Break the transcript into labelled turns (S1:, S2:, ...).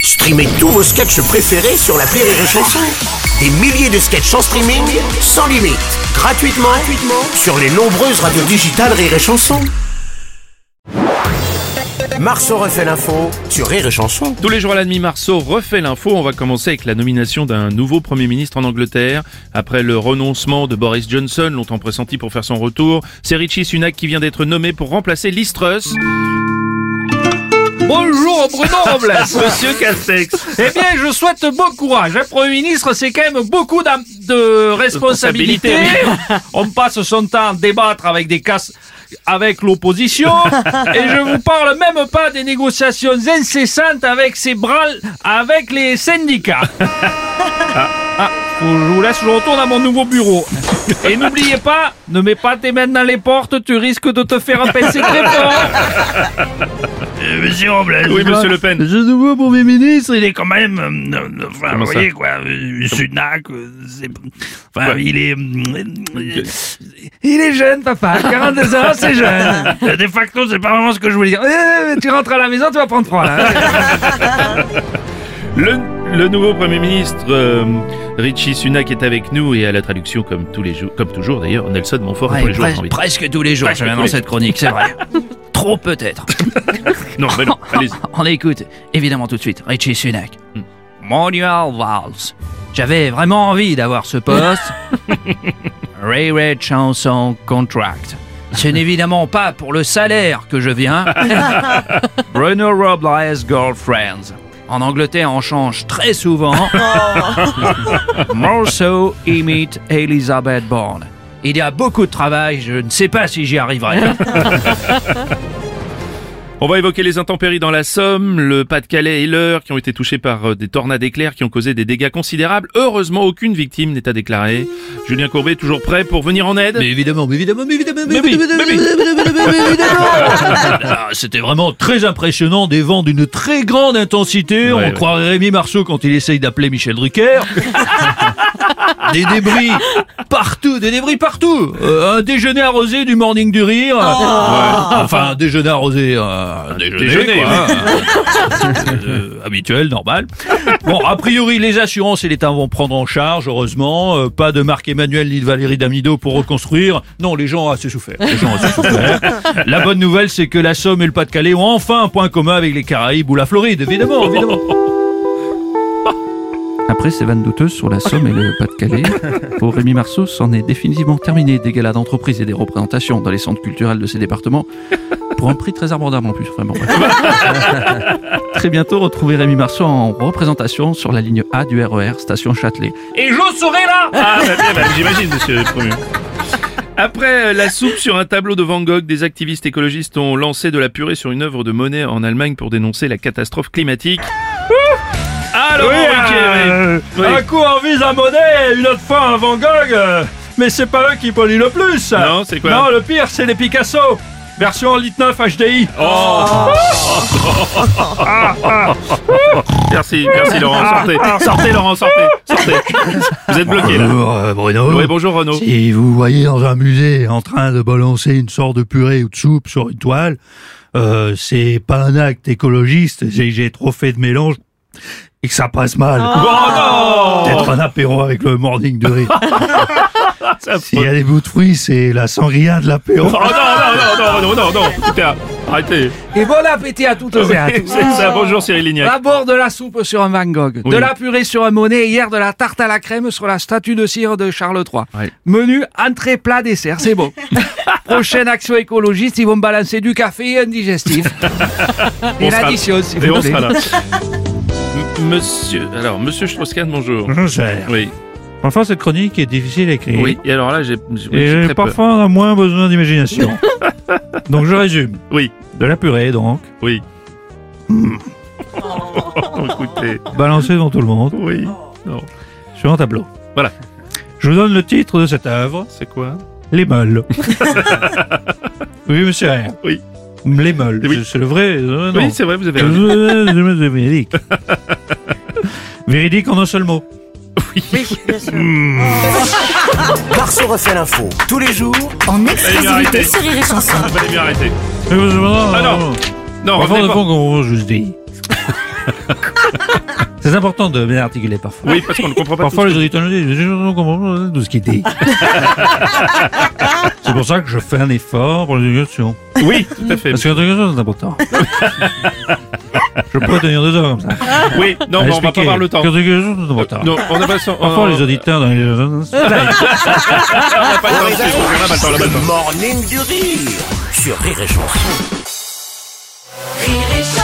S1: Streamez tous vos sketchs préférés sur la Rire et Chanson. Des milliers de sketchs en streaming, sans limite, gratuitement, gratuitement sur les nombreuses radios digitales Rire et Chanson. Marceau refait l'info sur Rire et Chanson.
S2: Tous les jours à la demi-marceau refait l'info. On va commencer avec la nomination d'un nouveau Premier ministre en Angleterre. Après le renoncement de Boris Johnson, longtemps pressenti pour faire son retour, c'est Richie Sunak qui vient d'être nommé pour remplacer Liz Truss.
S3: Bonjour Bruno Robles
S2: Monsieur Castex
S3: Eh bien, je souhaite bon courage. Un Premier ministre, c'est quand même beaucoup d'am- de responsabilités. On passe son temps à débattre avec des casses avec l'opposition. Et je vous parle même pas des négociations incessantes avec ces branles, avec les syndicats. Ah, ah, faut que je vous laisse, je retourne à mon nouveau bureau. Et n'oubliez pas, ne mets pas tes mains dans les portes, tu risques de te faire pincer très fort.
S4: Euh, Monsieur Robles,
S2: Oui, monsieur Le Pen.
S4: ce nouveau Premier ministre, il est quand même... euh, euh, enfin, vous
S2: Comment ça
S4: voyez, quoi, euh, Sunak, euh, c'est... Enfin,
S2: Ouais.
S4: il est... euh,
S3: Il est jeune, papa. 42 ans, c'est jeune.
S4: euh, de facto, c'est pas vraiment ce que je Euh,
S3: Je voulais dire, eh, tu rentres à la maison, tu vas prendre froid. là.
S2: Le, le nouveau Premier ministre euh, Richie Sunak est avec nous et à la traduction, comme tous les jours, comme toujours d'ailleurs, Nelson Montfort est tous les jours. j'ai envie de-
S5: presque tous les jours,
S2: Presque
S5: je viens
S2: tous
S5: dans
S2: les
S5: cette chronique, c'est vrai. Trop peut-être.
S2: Non, mais non, allez
S5: On écoute, évidemment tout de suite, Richie Sunak. Manuel Valls. J'avais vraiment envie d'avoir ce poste. Ray Ray Chanson Contract. Ce n'est évidemment pas pour le salaire que je viens. Bruno Robles Girlfriends. En Angleterre, on change très souvent. Morceau imite Elizabeth Bourne. Il y a beaucoup de travail, je ne sais pas si j'y arriverai.
S2: On va évoquer les intempéries dans la Somme, le Pas-de-Calais et l'Eure qui ont été touchés par euh, des tornades éclairs qui ont causé des dégâts considérables. Heureusement, aucune victime n'est à déclarer. Julien Courbet toujours prêt pour venir en aide.
S5: évidemment, mais évidemment, mais évidemment,
S2: Mais oui, mais oui.
S5: Ah, C'était vraiment très impressionnant, des vents d'une très grande intensité.
S2: Ouais,
S5: On
S2: ouais.
S5: croirait Rémi Marceau quand il essaye d'appeler Michel Drucker. des débris partout, des débris partout. Euh, un déjeuner arrosé du morning du rire.
S2: Oh.
S5: Ouais. Enfin, un déjeuner arrosé, euh, un déjeuner,
S2: déjeuner, hein.
S5: quoi. Euh, habituel, normal. Bon, a priori, les assurances et l'État vont prendre en charge, heureusement. Euh, pas de Marc Emmanuel ni de Valérie Damido pour reconstruire. Non, les gens ont assez souffert. Les gens ont assez souffert. La bonne nouvelle, c'est que la Somme et le Pas-de-Calais ont enfin un point commun avec les Caraïbes ou la Floride, évidemment, évidemment.
S6: Après ces vannes douteuses sur la Somme et le Pas-de-Calais, pour Rémi Marceau, c'en est définitivement terminé des galas d'entreprise et des représentations dans les centres culturels de ces départements, pour un prix très abordable en plus, vraiment. très bientôt, retrouvez Rémi Marceau en représentation sur la ligne A du RER, station Châtelet.
S3: Et je serai là
S2: Ah, bah, bien, bah, j'imagine, monsieur le Premier. Après euh, la soupe sur un tableau de Van Gogh, des activistes écologistes ont lancé de la purée sur une œuvre de Monet en Allemagne pour dénoncer la catastrophe climatique. Ah, Laurent Ruquier,
S3: euh,
S2: oui.
S3: Un coup en vise à Monet, une autre fois un Van Gogh. euh, Mais c'est pas eux qui polluent le plus.
S2: Ah. Non, c'est quoi
S3: Non, le pire, c'est les Picasso. Version lit 9 HDI.
S2: Oh. oui. Merci, merci Laurent, sortez. Ah. Sortez Laurent, sortez, sortez. Vous êtes bloqué là.
S7: Bonjour euh, Bruno.
S2: Oui, bonjour Renaud.
S7: Si vous voyez dans un musée en train de balancer une sorte de purée ou de soupe sur une toile, euh, c'est pas un acte écologiste. J'ai j'ai trop fait de mélange et que ça passe mal.
S2: Oh,
S7: Peut-être un apéro avec le morning de riz. S'il y a des bouts de fruits, c'est la sangria de l'apéro.
S2: Oh non, non, non, non, non, non, écoutez, arrêtez.
S3: Et bon appétit à toutes et à
S2: C'est Ah.
S3: tous.
S2: ça, bonjour Cyril Lignac.
S3: D'abord de la soupe sur un Van Gogh,
S2: Oui.
S3: de la purée sur un Monet, et hier de la tarte à la crème sur la statue de cire de Charles III.
S2: Ouais.
S3: Menu, entrée, plat, dessert, c'est bon. Prochaine action écologiste, ils vont me balancer du café et un digestif.
S2: On
S3: et
S2: sera-
S3: l'addition, s'il
S2: Et
S3: vous
S2: on
S3: plaît.
S2: sera là. M- Monsieur, alors, monsieur Strauss-Kahn, bonjour.
S7: Je gère.
S2: Oui,
S7: Oh. Enfin, cette chronique est difficile à écrire.
S2: oui, Mm. et alors là, j'ai j'ai-
S7: Et
S2: j'ai très peur.
S7: parfois, on a moins besoin d'imagination. donc, je résume.
S2: Oui.
S7: De la purée, donc,
S2: Oui. Écoutez,
S7: balancée dans tout le monde.
S2: oui.
S7: sur un tableau.
S2: Voilà.
S7: Je vous donne le titre de cette œuvre,
S2: C'est quoi
S7: Les Meules. oui, monsieur R.
S2: Oui.
S7: Les Meules.
S2: Oui.
S7: C'est- C'est le vrai. euh, non.
S2: Oui, c'est vrai, vous avez raison.
S7: C'est véridique. véridique en un seul mot.
S1: Marceau refait l'info tous les jours
S8: en
S2: arrêtez. Ah,
S8: exclusivité sur Rire et Chanson.
S2: Vous allez bien arrêter.
S7: Ah
S2: non. Non,
S7: Enfin,
S2: revenez
S7: au
S2: pas.
S7: fond, qu'on- je vous dis. C'est important de bien articuler parfois.
S2: Oui, parce qu'on ne comprend pas.
S7: Parfois, les auditeurs nous disent, je ne comprends pas tout ce qu'il dit. C'est pour ça que je fais un effort pour l'éducation.
S2: tout. Oui, tout à fait.
S7: Parce que l'éducation, c'est important. je pourrais tenir deux heures comme ça.
S2: Ah. Oui, non,
S7: À
S2: mais on va pas
S7: expliquer
S2: avoir le temps.
S7: Ah, que L'éducation, c'est important.
S2: Non, on n'a pas le temps.
S7: Parfois, les auditeurs dans les...
S2: On n'a
S8: Ah,
S2: pas le temps, excusez-moi, on n'a pas le temps, on n'a pas le temps.
S1: Le morning du rire sur Rire et Chanson.
S8: Rire et chanson.